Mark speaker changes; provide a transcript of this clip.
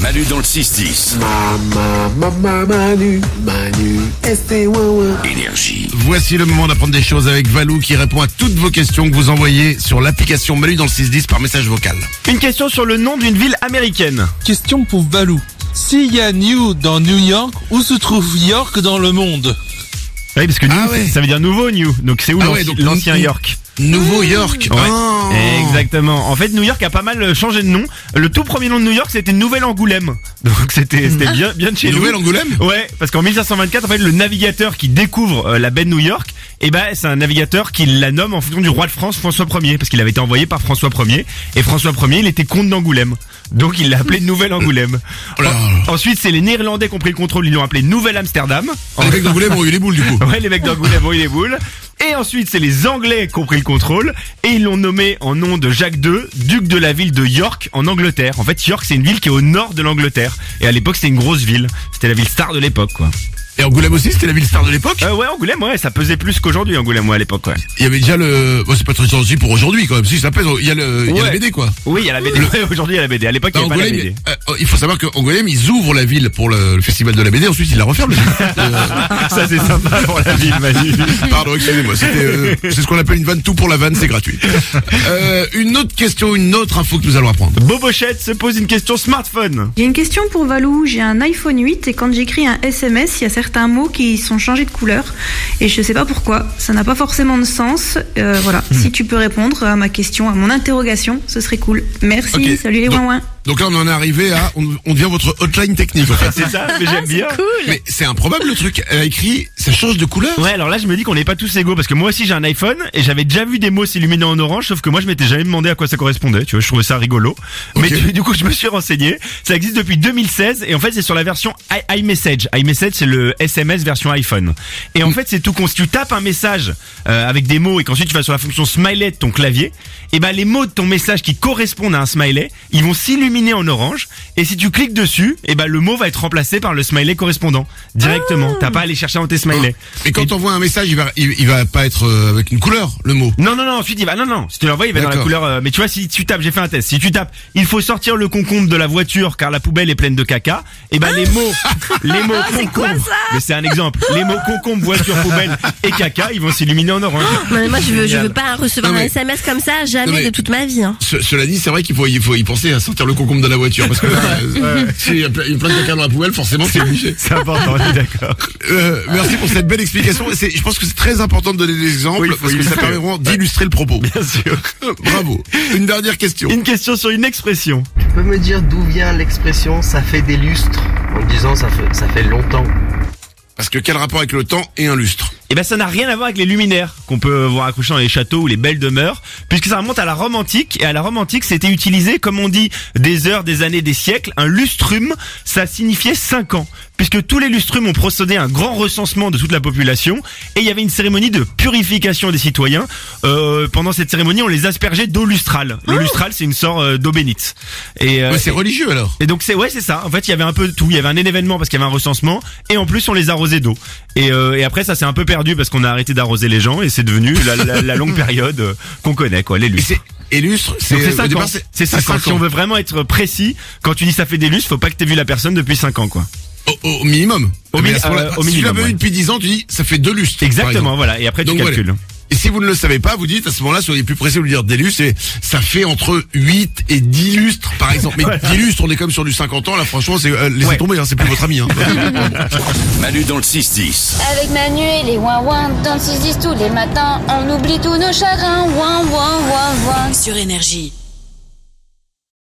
Speaker 1: Manu dans le 6-10.
Speaker 2: Maman, maman, Manu, Manu, ST, ouin,
Speaker 1: Énergie.
Speaker 3: Voici le moment d'apprendre des choses avec Valou qui répond à toutes vos questions que vous envoyez sur l'application Malu dans le 610 par message vocal.
Speaker 4: Une question sur le nom d'une ville américaine.
Speaker 5: Question pour Valou. S'il y a New dans New York, où se trouve York dans le monde
Speaker 4: Oui, parce que New,
Speaker 3: Ah ouais.
Speaker 4: c'est- ça veut dire nouveau New. Donc c'est où
Speaker 3: Ah
Speaker 4: l'anci-
Speaker 3: ouais, donc
Speaker 4: l'ancien
Speaker 3: New-
Speaker 4: York
Speaker 3: Nouveau York.
Speaker 4: Ouais.
Speaker 3: Oh.
Speaker 4: Exactement. En fait, New York a pas mal euh, changé de nom. Le tout premier nom de New York, c'était Nouvelle Angoulême. Donc
Speaker 3: Hmm.
Speaker 4: c'était c'était bien, bien de chez nous.
Speaker 3: Nouvelle Angoulême
Speaker 4: Ouais, parce qu'en 1524, en fait, le navigateur qui découvre euh, la baie de New York, eh ben, c'est un navigateur qui la nomme en fonction du roi de France, François Ier, parce qu'il avait été envoyé par François Ier, et François Ier, il était comte d'Angoulême. Donc, il l'a appelé Nouvelle-Angoulême.
Speaker 3: Oh là là.
Speaker 4: En- Ensuite, c'est les Néerlandais qui ont pris le contrôle, ils l'ont appelé Nouvelle-Amsterdam.
Speaker 3: Les mecs d'Angoulême ont eu les boules du coup.
Speaker 4: Ouais, les mecs d'Angoulême ont eu les boules. Et ensuite, c'est les Anglais qui ont pris le contrôle, et ils l'ont nommé en nom de Jacques II, duc de la ville de York, en Angleterre. En fait, York, c'est une ville qui est au nord de l'Angleterre. Et à l'époque, c'était une grosse ville. C'était la ville star de l'époque, quoi.
Speaker 3: Et Angoulême aussi, c'était la ville star de l'époque.
Speaker 4: Euh, ouais, Angoulême, ouais, ça pesait plus qu'aujourd'hui, Angoulême, ouais, à l'époque, ouais.
Speaker 3: Il y avait déjà le... Bon, c'est pas très sensible pour aujourd'hui quand même. Si, ça pèse. Il y a le, il y a
Speaker 4: Ouais.
Speaker 3: la BD quoi.
Speaker 4: Oui, il y a la BD. Ouais, Aujourd'hui, il y a la BD. À l'époque, il n'y avait pas la
Speaker 3: Angoulême,
Speaker 4: BD.
Speaker 3: euh, oh, il faut savoir qu'Angoulême, ils ouvrent la ville pour le, le festival de la BD, ensuite ils la referment. Euh,
Speaker 4: Ah, Ça, c'est sympa pour la ville, Manu.
Speaker 3: pardon, excusez-moi, c'était, euh, c'est ce qu'on appelle une vanne, tout pour la vanne, c'est gratuit. Euh, une autre question, une autre info que nous allons apprendre.
Speaker 4: Bobochette se pose une question smartphone.
Speaker 6: J'ai une question pour Valou. J'ai un iPhone 8 et quand j'écris un SMS, il y a certains mots qui sont changés de couleur et je sais pas pourquoi. Ça n'a pas forcément de sens. Euh, voilà. Si tu peux répondre à ma question, à mon interrogation, ce serait cool. Merci.
Speaker 3: Ok.
Speaker 6: Salut les
Speaker 3: Donc-
Speaker 6: ouin
Speaker 3: Donc là, on en est arrivé à, on, on devient votre hotline technique, en fait.
Speaker 4: Ah, C'est ça, mais j'aime bien.
Speaker 3: Mais c'est improbable le truc. Elle a écrit, ça change de couleur.
Speaker 4: Ouais, alors là, je me dis qu'on n'est pas tous égaux parce que moi aussi, j'ai un iPhone et j'avais déjà vu des mots s'illuminer en orange, sauf que moi, je m'étais jamais demandé à quoi ça correspondait. Tu vois, je trouvais ça rigolo. Mais
Speaker 3: Ok.
Speaker 4: du, du coup, je me suis renseigné. Ça existe depuis 2016 et en fait, c'est sur la version i- iMessage. iMessage, c'est le SMS version iPhone. Et en fait, c'est tout con. Si tu tapes un message euh, avec des mots et qu'ensuite tu vas sur la fonction smiley de ton clavier, et ben les mots de ton message qui correspondent à un smiley, ils vont s'illuminer en orange. Et si tu cliques dessus, et ben le mot va être remplacé par le smiley correspondant directement. T'as pas à aller chercher dans tes smileys.
Speaker 3: Ah. Et quand on voit un message, il va, il, il va pas être euh, avec une couleur, le mot.
Speaker 4: Non, non, non, ensuite il va, non, non, si tu l'envoies, il va dans la
Speaker 3: D'accord.
Speaker 4: couleur, euh, mais tu vois, si tu tapes, j'ai fait un test, si tu tapes, il faut sortir le concombre de la voiture car la poubelle est pleine de caca, et ben les mots, les mots concombre, mais Ah, c'est un exemple, les mots concombre, voiture, poubelle et caca, ils vont s'illuminer en orange.
Speaker 7: Non, mais moi, je veux, je
Speaker 4: Génial.
Speaker 7: veux pas recevoir
Speaker 3: Non, mais-
Speaker 7: un SMS comme ça, jamais
Speaker 3: Non, mais-
Speaker 7: de toute ma vie. hein.
Speaker 3: Ce- cela dit, c'est vrai qu'il faut, il faut y penser à sortir le concombre de la voiture, parce que là, euh, s'il y a plein il y a plein de caca dans la poubelle, forcément, c'est obligé.
Speaker 4: C'est important, on est d'accord.
Speaker 3: Euh, merci pour cette belle explication. Et c'est- Je pense que c'est très important de donner des exemples
Speaker 4: Oui,
Speaker 3: parce
Speaker 4: oui,
Speaker 3: que ça
Speaker 4: oui.
Speaker 3: permet vraiment d'illustrer le propos.
Speaker 4: Bien sûr.
Speaker 3: Bravo. Une dernière question.
Speaker 4: Une question sur une expression.
Speaker 8: Tu peux me dire d'où vient l'expression ça fait des lustres En disant ça fait, ça fait longtemps.
Speaker 3: Parce que quel rapport avec le temps et un lustre
Speaker 4: Eh ben ça n'a rien à voir avec les luminaires qu'on peut voir accrochés dans les châteaux ou les belles demeures, puisque ça remonte à la Rome antique et à la Rome antique c'était utilisé comme on dit des heures, des années, des siècles. Un lustrum, ça signifiait 5 ans, puisque tous les lustrums ont procédé à un grand recensement de toute la population et il y avait une cérémonie de purification des citoyens. Euh, pendant cette cérémonie, on les aspergeait d'eau lustrale. Le lustral, c'est une sorte euh, d'eau bénite. Et, euh,
Speaker 3: Ouais, C'est religieux alors.
Speaker 4: et donc c'est ouais c'est ça. En fait il y avait un peu de tout. Il y avait un événement parce qu'il y avait un recensement et en plus on les arrosait d'eau. Et, euh, et après ça s'est un peu perdu parce qu'on a arrêté d'arroser les gens et c'est devenu la, la- la longue période euh, qu'on connaît quoi les
Speaker 3: Et
Speaker 4: lustres.
Speaker 3: c'est et lustre, c'est
Speaker 4: Donc c'est
Speaker 3: au
Speaker 4: 5
Speaker 3: départ,
Speaker 4: ans.
Speaker 3: c'est-
Speaker 4: C'est
Speaker 3: c'est
Speaker 4: 5 ans.
Speaker 3: cinq
Speaker 4: Si on veut vraiment être précis, quand tu dis ça fait des lustres, faut pas que t'aies vu la personne depuis 5 ans quoi.
Speaker 3: Au, au minimum.
Speaker 4: Au
Speaker 3: Mais
Speaker 4: mi-
Speaker 3: à ce moment-là,
Speaker 4: euh, au
Speaker 3: si tu l'as
Speaker 4: minimum,
Speaker 3: pas eu
Speaker 4: ouais.
Speaker 3: depuis 10 ans, tu dis ça fait deux lustres. par
Speaker 4: Exactement
Speaker 3: exemple.
Speaker 4: voilà et après
Speaker 3: Donc,
Speaker 4: tu
Speaker 3: voilà.
Speaker 4: calcules.
Speaker 3: Et si vous ne le savez pas, vous dites à ce moment-là, soyez plus précis, vous le dire des lustres, et ça fait entre 8 et 10 lustres, par exemple. Mais 10 lustres, on est comme sur du 50 ans, là, franchement, c'est, euh, laissez
Speaker 4: Ouais.
Speaker 3: tomber, hein, c'est plus votre ami, hein.
Speaker 1: Manu dans le 6-10.
Speaker 9: Avec Manu et les ouin-ouin, dans le 6-10 tous les matins, on oublie tous nos chagrins, ouin-ouin-ouin-ouin.
Speaker 10: sur énergie.